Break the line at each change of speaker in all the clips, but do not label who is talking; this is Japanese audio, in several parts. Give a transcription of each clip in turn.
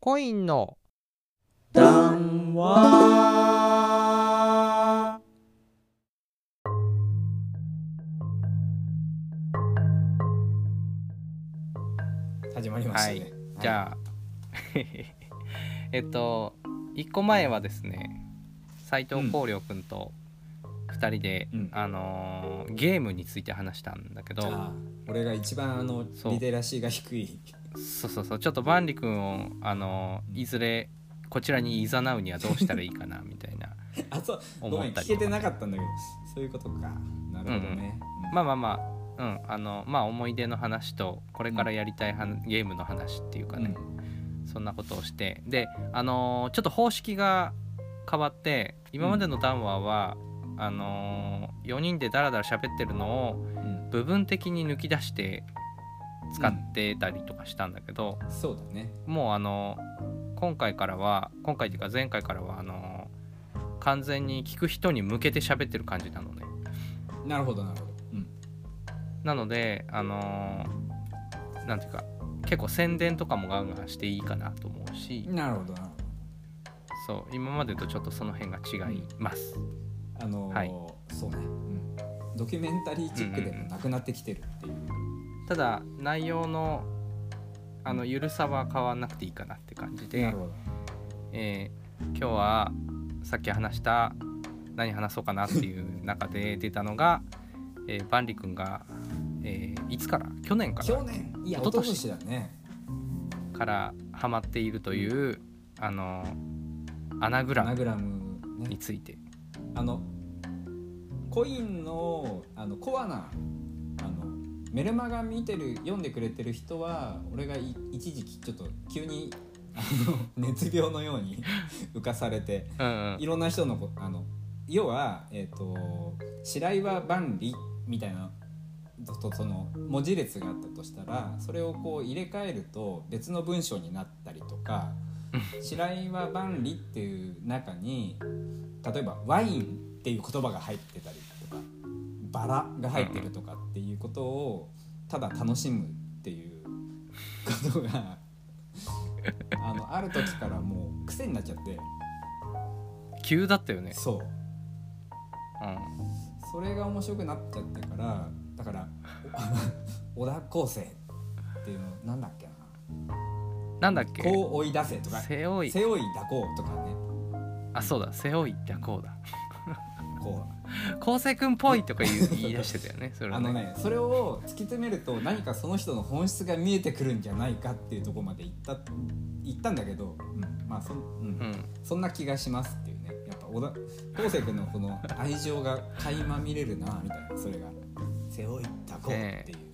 コインの
談話始まりましたね、
はいじゃあ、 えっと1個前はですね斎藤光良君と2人で、
うん
あのーゲームについて話したんだけど、
ああ俺が一番あの
そう
リテラシーが低い
そうそうそうちょっと万里君をあのーいずれこちらに誘うにはどうしたらいいかなみたい な
あそうご
思
めん
った
聞
り
け
と
て
か
なかったんだけどそういうことかなるほどね、うん
まあまあまあうんあのまあ思い出の話とこれからやりたいはんゲームの話っていうかね、そんなことをしてであのーちょっと方式が変わって今までの談話は、あの4人でダラダラ喋ってるのを
うんうん
部分的に抜き出して使ってたりとかしたんだけど、
そうだね
もうあの今回からは今回っていうか前回からはあの完全に聞く人に向けて喋ってる感じなのね
なるほどなるほど、うん、
なのであのーなんていうか結構宣伝とかもガンガンしていいかなと思うし、
なるほどなるほど
そう今までとちょっとその辺が違います、
あのー
はい
そうね、うん、ドキュメンタリーチックでもなくなってきてるっていう、
ただ内容のあの緩さは変わんなくていいかなって感じ
な
で
る、ほど
えー今日はさっき話した何話そうかなっていう中で出たのが、えー、万里君が、えーいつから去年か
去
ら
年いや
一昨
一昨
年
年だね
からハマっているというあのアナグラ
アナ
ム
グラムね
について
あのコインのあのコアなあのメルマガ見てる読んでくれてる人は俺がい一時期ちょっと急にあの熱病のように 浮かされて
うんうん
いろんな人のこあの要は、えー、と白岩万里みたいなととその文字列があったとしたらそれをこう入れ替えると別の文章になったりと か白岩万里っていう中に例えばワインっていう言葉が入ってたりとかバラが入ってるとかっていうことをただ楽しむっていうこと があのある時からもう癖になっちゃって
急だったよね、
そう
うん、
それが面白くなっちゃったからだから 小田昴生っていうのなんだっけな
なんだっ
「
け
こう追い出せ」とか
背負い
背負いだこう」とかね
あそうだ背負いってこうだ
こ
昴生君っぽいとか言い言い出してたよ ねそうれ
あ
は
の
ね
ねそれを突き詰めると何かその人の本質が見えてくるんじゃないかっていうところまで行った行ったんだけど、うん、まあそ,、うん
うん
そんな気がしますっていうねやっぱ小田昴生君のこの愛情が垣間見れるなみたいなそれが「背負いだこう」っていう。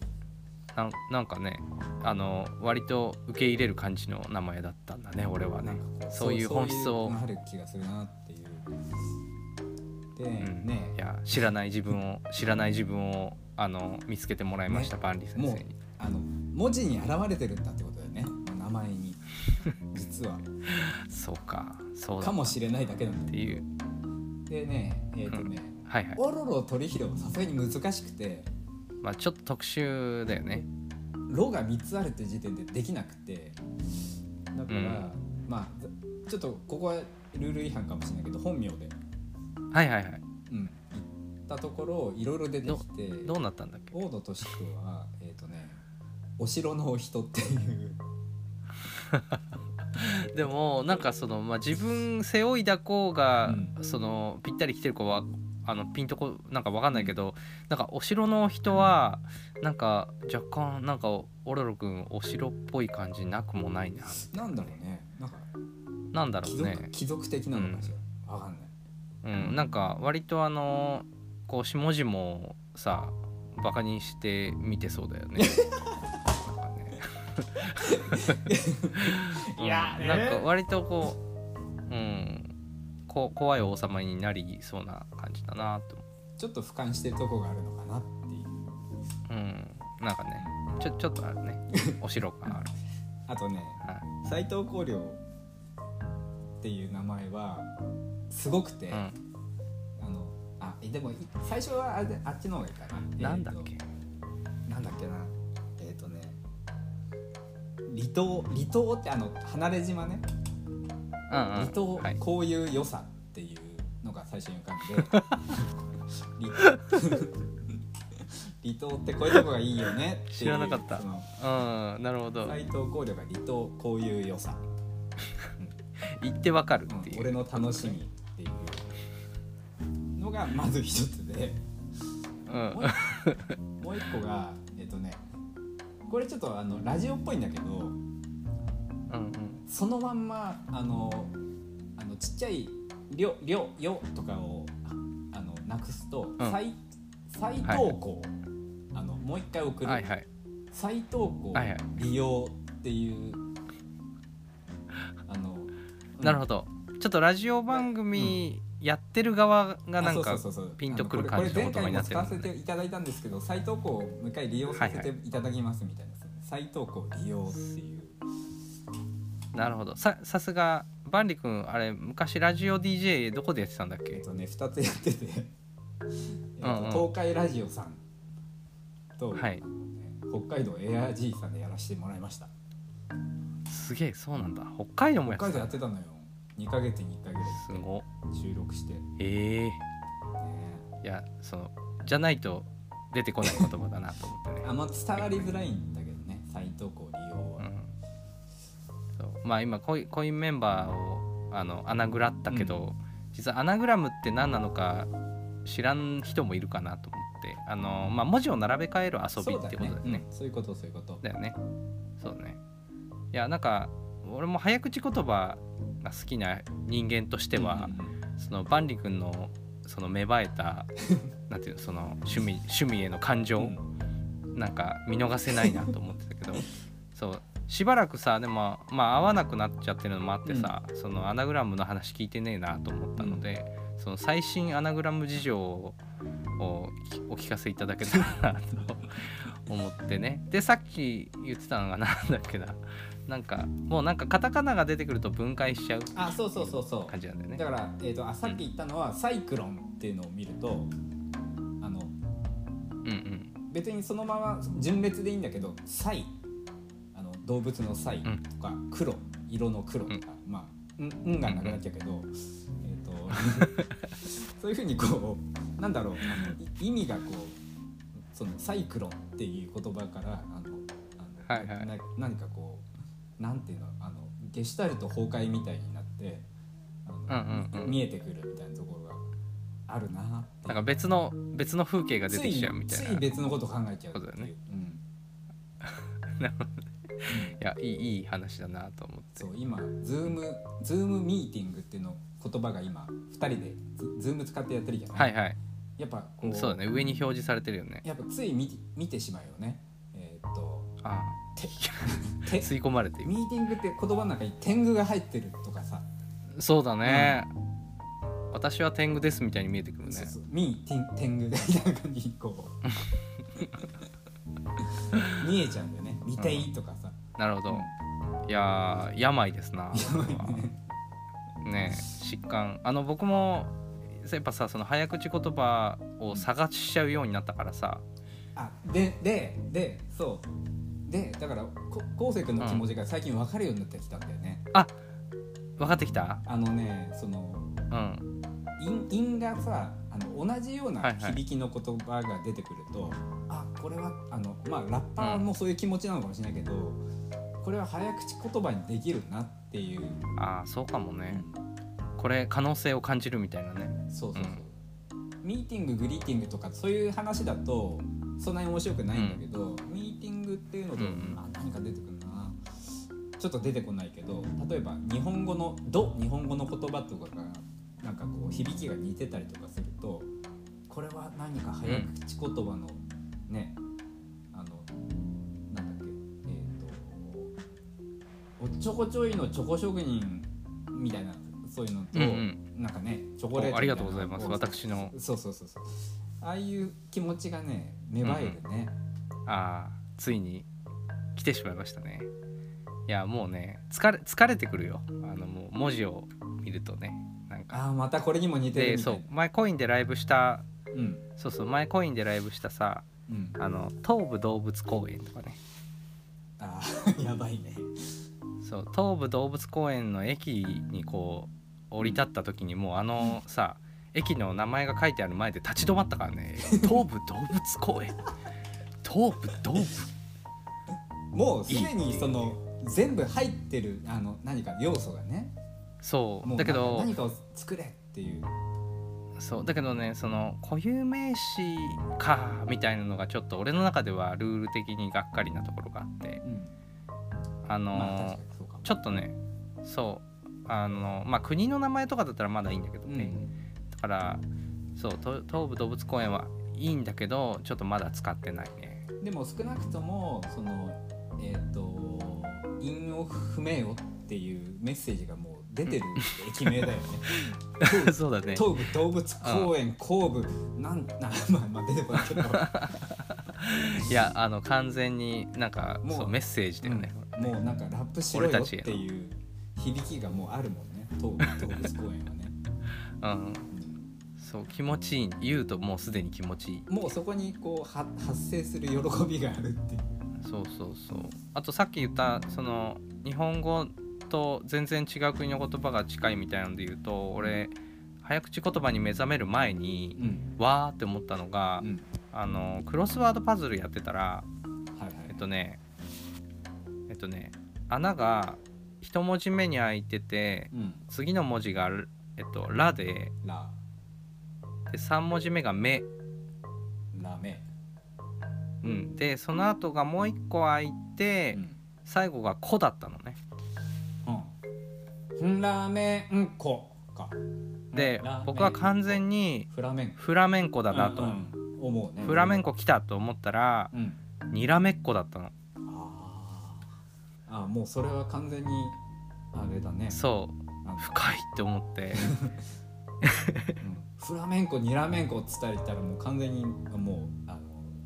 なんなんかねあの割と受け入れる感じの名前だったんだね俺は
な
ね
んかこ
そういう本質を
そういうのある気がするなっていうで、
うん
ね
いや知らない自分を知らない自分をあの見つけてもらいました、バンリ先
もう
生に
あの文字に表れてるんだってことだよね名 前に実は
そうかそうだ
か
っ
もしれないだけなんだ
ていう
でねえっ、とね、
はいはい、
オロロ取りはさすがに難しくて
まあ、ちょっと特殊だよね
「ロ」が3つあるって時点でできなくてだから、
うん
まあざちょっとここはルール違反かもしれないけど本名で、
はいはいはい
うん、行ったところいろいろ出てきて
どうなったんだっけ
大野俊子はえっ、とねお城のお人っていう
でもなんかその、まあ、自分背負いだこうが、そのぴったり来てる子はあのピンとこなんかわかんないけどなんかお城の人はなんか若干なんかオロロ君お城っぽい感じなくもないな
なんだろうねなんか
なんだろ
貴
う
族,、
ね、
貴族的なのかしら、わかんない
うん、なんか割とあのこう下々をさバカにして見てそうだよね。なんかねうん
いやね
なんか割とこう、うん、こ怖い王様になりそうな感じだなと思
ちょっと俯瞰してるとこがあるのかなってい
う、
う
うん、なんかねちょちょっとある ねお城感ある、
あとね
は
斎藤光陵っていう名前はすごくて、
いうん、
あのあえでもい最初はあれあっちの方がいいかな
なんだっけ、
えーとなんだっけなえっ、とね離島離島ってあの離れ島ね
うんうん
離島、
はい、
こういう良さっていうのが最初に浮か んで離島 離島ってこういうとこがいいよねっていう
知らなかった
その
うんなるほど
斉藤考慮が離島こういう良さ、
行ってわかる
うん
っていう、
俺の楽しみっていうのがまず一つで
うん
もう一もう一個がえっとねこれちょっとあのラジオっぽいんだけど
うん
そのまんまあのあのちっちゃい「りょ」「りょ」「よ」とかをあのなくすと
うん
再,、再投稿、あのもう一回送
うん
る、
はいはい
再投稿、
はいはい
利用っていうあの、うん
なるほどちょっとラジオ番組やってる側がなん
あ
か
そうそうそう
ピンとくる感じの言葉になってる
あのこれこれ前回も使わせていただいたんですけど再投稿をもう一回利用させていただきますみたいな、再投稿利用っていう
なるほどささすが万里君あれ昔ラジオ DJ どこでやってたんだっ
えっ
け
とね2つやってて、えっと
うんうん
東海ラジオさんと、
はい
あのね北海道 ARG さんでやらせてもらいました
すげえそうなんだ北海道もやっ
北
て
海
た
道やってたのよ2ヶ月に1回ぐら
すごっ
い収録して、ね、
ええいやそのじゃないと出てこない言葉だなと思ってね
あんま伝わりづらいんだけどね再投稿利用
う
は、
んそうまあ今コインコインメンバーをあのアナグラったけど、実はアナグラムって何なのか知らん人もいるかなと思ってあの、まあ、文字を並べ替える遊びってことだよね。
うんそういうことそういうこと
だよね。そうね。いやなんか俺も早口言葉が好きな人間としては、
うんうんうん
その万里君のその芽生え たなんていうのその趣味趣味への感情、
うん
なんか見逃せないなと思ってた けどそうしばらくさでもまあ会わなくなっちゃってるのもあってさ、そのアナグラムの話聞いてねえなと思ったので、その最新アナグラム事情をおお聞かせいただけたらなと思って ねでさっき言ってたのがなんだっけななんかもうなんかカタカナが出てくると分解しちゃう
あそうそうそうそう
感じなんだよね
だ。から、えー、とあさっき言ったのは、サイクロンっていうのを見るとあの
うんうん
別にそのまま順列でいいんだけど「サイ」あの動物の「サイ」とか「黒」色の「黒」とか、まあ「ん」んがなくなっちゃうけど、えー、と そういうふうにこうなんだろうあのい意味がこうその「サイクロン」っていう言葉からあのあの、
はいはい
な何かこうなんていうのあのゲシュタルト崩壊みたいになってあの
うんうんうん
見えてくるみたいなところがあるなっていう
なんか別の別の風景が出てきちゃうみたいな
ついつい別のこと考えちゃうっていう
ことだよね
うん、
いやいいいい話だなと思って
そう今ズームズームミーティングっていうの言葉が今2人でズズーム使ってやってるじゃない、
はいはい
やっぱこう
そうだね上に表示されてるよね
やっぱつい見見てしまうよねえーっと
あ
て
あ
て
吸い込まれている
ミーティングって言葉の中に天狗が入ってるとかさ、
そうだね、私は天狗ですみたいに見えてくるね
そうそうミーティン天狗みたいな感じにこ う見えちゃうんだよね見ていいとかさ、
なるほどいやー病ですな ねえ疾患あの僕もやっぱさその早口言葉を探しちゃうようになったからさ
あでででそうでだからここうせい君の気持ちが最近分かるようになってきたんだよね、
分かってきた
あのねその
うん
韻韻がさあの同じよう
は
ない
はい
響きの言葉が出てくると、あこれはあのまあラッパーもそういう気持ちなのかもしれないけど、これは早口言葉にできるなっていう、
ああそうかもねこれ可能性を感じるみたいなね
そうそうそう、ミーティンググリーティングとかそういう話だとそんなに面白くないんだけど、ミーティングっていうのと、
うんうん
あ何か出てくるなちょっと出てこないけど例えば日本語の「ど」日本語の言葉とかがなんかこう響きが似てたりとかするとこれは何か早口言葉のね、あのなんだっけえっ、とおっちょこちょいのチョコ職人みたいなそういうのと、
うんうん
なんかねチョコレート
おありがとうございます
みたな
私の
そうそうそうそうああいう気持ちがね芽生えるね、
ああついに来てしまいましたねいやもうね疲れ疲れてくるよあのもう文字を見るとねなんか
ああまたこれにも似てる
で
みた
そ
いうな
前コインでライブした
うん
そうそう前コインでライブしたさ
うん
あの東武動物公園とかね
あー やばいね
そう東武動物公園の駅にこう降り立った時にもうあのさ駅の名前が書いてある前で立ち止まったから ね東武動物公園東武動物
もうすでにその全部入ってるあの何か要素がね
そう
もう
だけ
な
ど
何かを作れっていう
そうだけどねその固有名詞かみたいなのがちょっと俺の中ではルール的にがっかりなところがあって
うん
あのー
まあ確かにそうかも
ちょっとねそうあのまあ国の名前とかだったらまだいいんだけど
うんう
ね、
ん
だからそうと東武動物公園はいいんだけどちょっとまだ使ってない ね
でも少なくともそのえっ、と韻を踏めよっていうメッセージがもう出てる駅名だよ ね
そうだね
東武動物公園後部なん なまあまあ出てこないけど
いやあの完全になんか
もう
そうメッセージだよね、
うんもうなんかラップしろ
俺
よ
た
っ
ちへの
ていう響きがもうあるもんね東武動物公園はね、
うん、
うん
そう気持ちいい言うともうすでに気持ちいい
もうそこにこうは発生する喜びがあるっていう
そうそうそうあとさっき言ったその日本語と全然違う国の言葉が近いみたいなので言うと俺早口言葉に目覚める前に
うん、
わーって思ったのが、
うん、
あのクロスワードパズルやってたら
はいはい、
えっとねえっとね穴が一文字目に開いてて
うん
次の文字がルえっと「ら」で
ラ
で3文字目が「目
ラメ」
うん、でその後がもう一個開いて
うん
最後が「子」だったのね
うん、ラーメンコか
で
ラーメン
僕は完全に
フラメンコ
フラメンコだなと、
うんうん思うね
フラメ
ン
ンコ来たと思ったら
うん
にらめっこだったの
あーあーもうそれは完全にあれだね
そう
なんか
深いって思って
うんフラメンコにらめんこっつったら言ったらもう完全にもうあの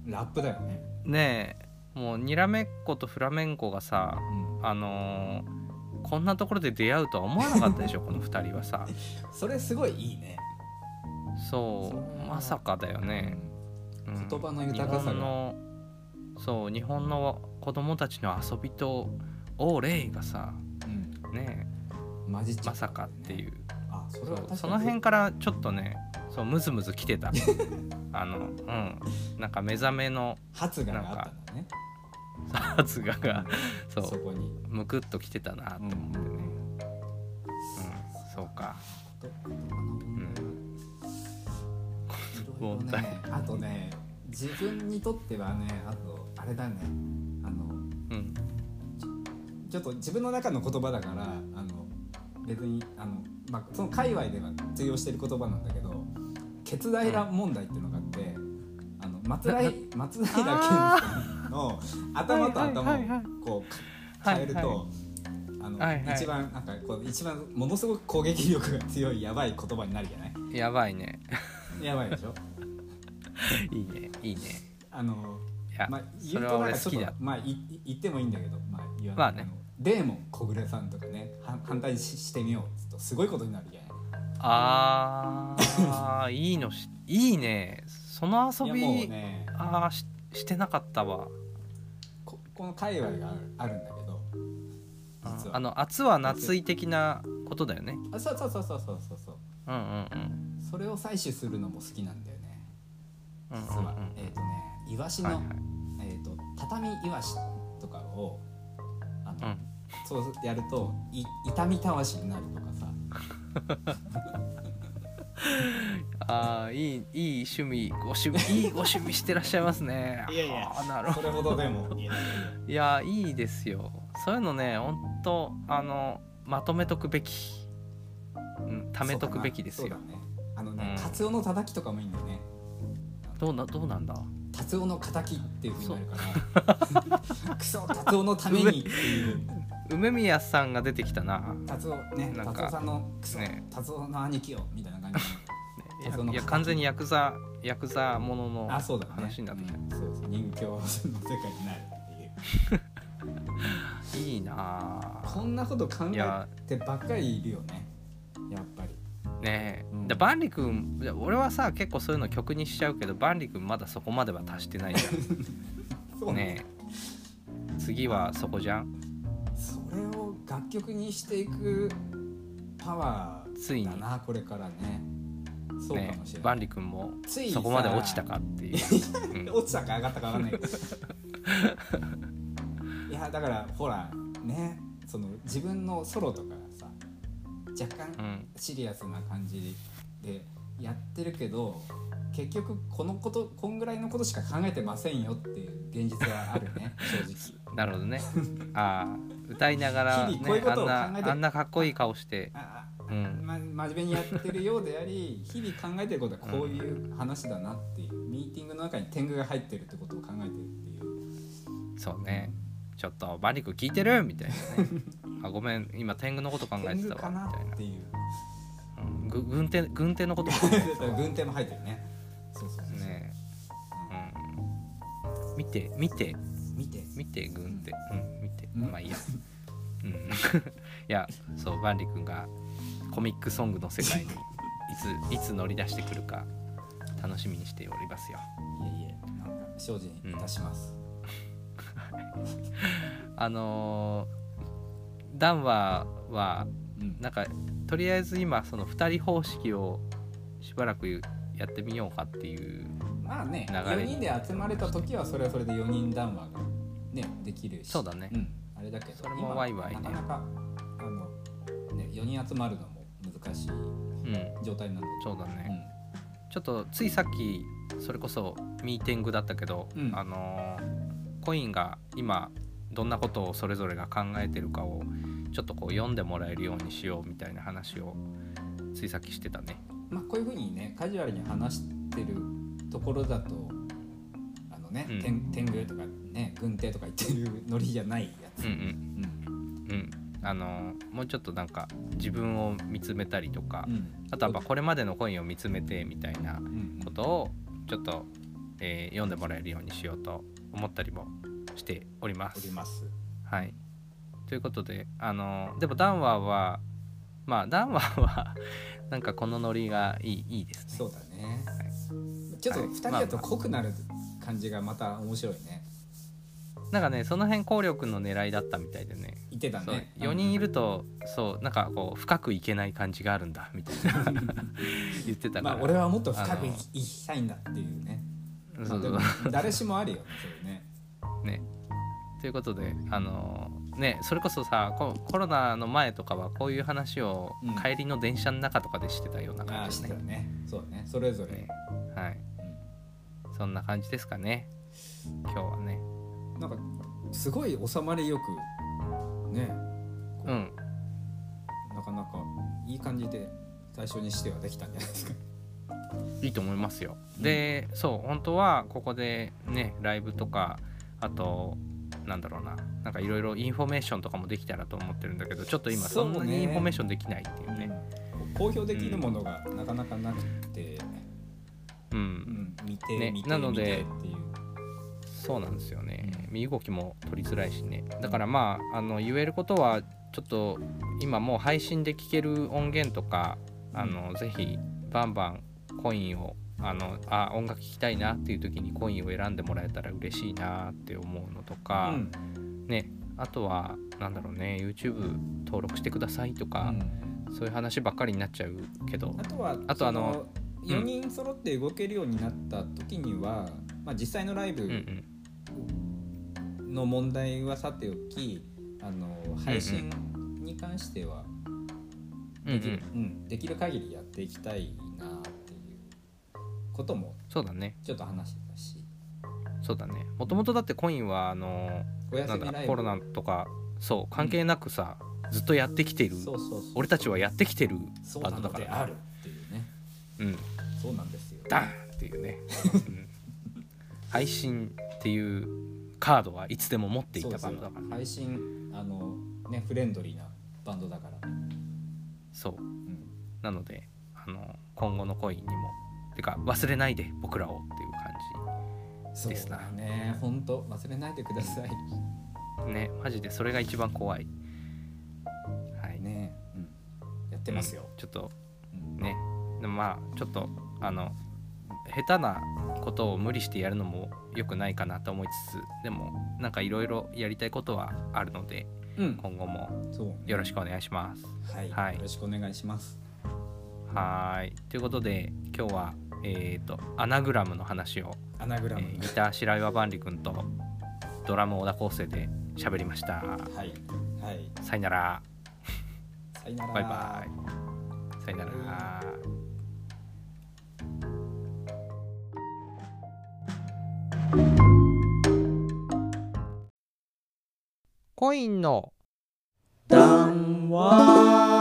ラップだよね、
ねえもうにらめっことフラメンコがさ
うん、
あのーこんなところで出会うとは思わなかった でしょこの2人はさ
それすごいいいね、
そ
そう
うまさかだよね、うん
言葉の豊かさが
日本のそう日本の子供たちの遊びとオーレイがさ
うん
ね
うん、マジ
えまさかっていう
あそれ
そ
は確か
う
に
その辺からちょっとねそうムズムズ来てた あのうんなんか目覚めの
発芽があったんだね
発芽がそ
そうこに
むくっと来てたなと思ってね、
うん
うん、そうか
とうんいろいろ
問
ねあとね自分にとってはねあとあれだねあの
うん
ちょっと自分の中の言葉だからあの別にあの、まあ、その界隈では通用してる言葉なんだけど決大ら問題っていうのがあって、あの松平松平健
あ
さんの頭と頭を
はいはいはいはい
こう変えると、
はいは
あの
はいはい
一番なんかこう一番ものすごく攻撃力が強いやばい言葉になるじゃない
やばいね
やばいでしょ
いいねいいね
あの
いや、
まあ、
そ
言
れは
うとなん
俺
かち
好
ょっと
きだ
まあいい言ってもいいんだけど、まあ、言わない
まあね
のデーモン小暮さんとかねは反対ししてみようっつうとすごいことになるじゃない
あ ーいいのしいいねその遊び
いやもうね
あーししてなかったわ
ここの界隈があるあるんだけど
うん
実は
あの夏は夏い的なことだよね
あそうそうそうそうそうそうそう
うんうんうん
それを採取するのも好きなんだよね
うん
実は、えっ、とねイワシ
うんうん
の、
はいはい
えー、と畳イワシとかをあ
う
の、
ん
そうやるとい痛みたわしになるとかさ
ああいいいい趣味ご 趣味いいご趣味してらっしゃいますね
いやいや
あーなるほ
それほど でもいやいやい
どいやいいですよそういうのねほんとあのまとめとくべき、うん、
や
貯めとくべきです
そうだ
よ
なそうだねあのね、
うん
カツオのたたきとかもいいんだよね
どうなどうなんだ
タツオの敵っていうふうになるから クソタツオのためにっていう
梅宮さんが出てきたな
タツオね
なん
タ
か
ツオさんのクソ、
ね
タツオの兄貴よみたい な感じ
いや
その
いや完全にヤクザヤクザもの
の
の
あそうだね
話になってきた、
うんそうそう人形の世界になるっていう
いいなあ
こんなこと考
いや
えてばっかりいるよねやっぱり
ねえ、
うん
だバンリ君いや俺はさ結構そういうの曲にしちゃうけどバンリ君ま だそこまでは達してないじゃん
そうね
ねえ次はそこじゃん
楽曲にしていくパワ
つい
ー
に
だなこれからねそうか
ね
もしれな
万
い、
里君も
ついさ
そこまで落ちたかっていう、うん
落ちたか上がったか分かんないけどいやだからほらねその自分のソロとかがさ若干
うん
シリアスな感じでやってるけど結局このことこんぐらいのことしか考えてませんよっていう現実はある ね正
なるほど ねああ歌いながら、ね
日々こういうこ
あ
と
ん
を考えて
なあんなかっこいい顔して、
直ああ
うん、
ま、真面目にやってるようであり日々考えてることはこういう話だなっていう、ミーティングの中に天狗が入ってるってことを考えてるっていう
そうねちょっと万里君聞いてるみたいなね あごめん今天狗のこと考え
天
て
狗
た
か
わ
な
みたいな
っ、ていう
うん、ぐ軍手軍手のことも考えてたわ
軍手も入ってるねそうそうそう、
ねうん、見て見て
見て
見て軍手うん見て
うん
まあいいやうん いやそう万里君がコミックソングの世界にいついつ乗り出してくるか楽しみにしておりますよ
いえいえなんか精進いたします、
あのーダンはは
うん
なんかとりあえず今その2人方式をしばらくやってみようかっていう
まあね
流
4
れ
人で集まれた時はそれはそれで4人談話がねできるし
そうだね
うん、あれだけど
それも
今
ワイワイね
なかなかあの、ね、4人集まるのも難しい
うん
状態なの
そうだね、
で、うん
ちょっとついさっきそれこそミーティングだったけど、
うん
あのーコインが今どんなことをそれぞれが考えてるかをちょっとこう読んでもらえるようにしようみたいな話をついさっきしてたね。
まあ、こういうふうにねカジュアルに話してるところだとあのね、
うん
天天狗とかね軍艇とか言ってるノリじゃないや
う
つ、
ん
うん
うんうんあのーもうちょっとなんか自分を見つめたりとか、
うん
あとはまあこれまでのコインを見つめてみたいな
うんうん
ことをちょっと、えー読んでもらえるようにしようと思ったりもしておりま
お
す
り。ます
はい。ということで、あのでもダンワーは、まあダンワーは なんかこのノリがいいいいですね。
そうだね、ちょっと
はい
2人だと濃くなる感じがまた面白いね
なんかね、その辺効力の狙いだったみたいでね。
言ってた
そう
ね
4人いると、そうなんかこう深くいけない感じがあるんだみたい な言ってたか
ま
ら。
あ俺はもっと深く
あ
い
の
きいきたいんだっていうね、
そう
ま
そ
あ
う
でも誰しもあるよねそれね
ね。ということで、あのね、それこそさココロナの前とかはこういう話を
うん
帰りの電車の中とかでしてたような
あ
感
あ
じ
し
で
て
す
た
ね。
ねそうねそれぞれ、
ねはい、そんな感じですかね今日はね
うんなんかすごい収まりよくねこ
うん
なかなかいい感じで最初にしてはできたんじゃないですか。
いいと思いますよでそう本当はここでねライブとかあとなんだろうななんかいろいろインフォメーションとかもできたらと思ってるんだけどちょっと今
そ
そう
ね
んなにインフォメーションできないっていうね
公表できるものがなかなかなくて、
うん、
うん、見て、
ね
見て
なの
見て
で
っていう。
そうなんですよね
うん
身動きも取りづらいしねだからまああの言えることはちょっと今もう配信で聴ける音源とかあのぜひバンバンコインをあのあ音楽聴きたいなっていう時にコインを選んでもらえたら嬉しいなって思うのとか、
うん
ねあとはなんだろうね YouTube 登録してくださいとか
う、
そういう話ばっかりになっちゃうけど
んあとは
あとあの
そ4人揃って動けるようになった時には、まあ、実際のライ
うんう
ブ
ん
の問題はさておき、あの配信に関しては
うんう
できる
ん、
うんできる限りやっていきたいなっていうことも
そうだね
ちょっと話してたし
そうだねもともとだってコインはあの
お休
なん
み
だ
ライ
コ
ブ
ロナとかそう関係なくさ、ずっとやってきてる
そうそうそう
俺たちはやってきてる
そう
バ
な
ンド
の
だか
で
ら
あるっていうね
うん
そうなんですよ
ダーンっていうね、うん配信っていうカードはいつでも持ってい
そう
た
そ
バン
う
ドだから
配信あのねフレンドリーなバンドだから、
そう
うん、
なのであの今後のコインにもてか忘れないで僕らをっていう感
そう
ですな
だね本当忘れないでください
じねマジでそれが一番怖いはい
ね、うん、やってますよ、
ちょっと
うん
ねでもまあちょっとあの下手なことを無理してやるのも良くないかなと思いつつでもなんかいろいろやりたいことはあるので
うん
今後も
そうね
よろしくお願いします。
はい、
はい
よろしくお願いします
はーいということで今日は、えー、とアナグラムの話を、
アナグ
え
ラム、
ーギター白岩万里君とドラム小田康生で喋りました。
はいはい
さよなら
さよなら
バイバイさよなら。コインの
談話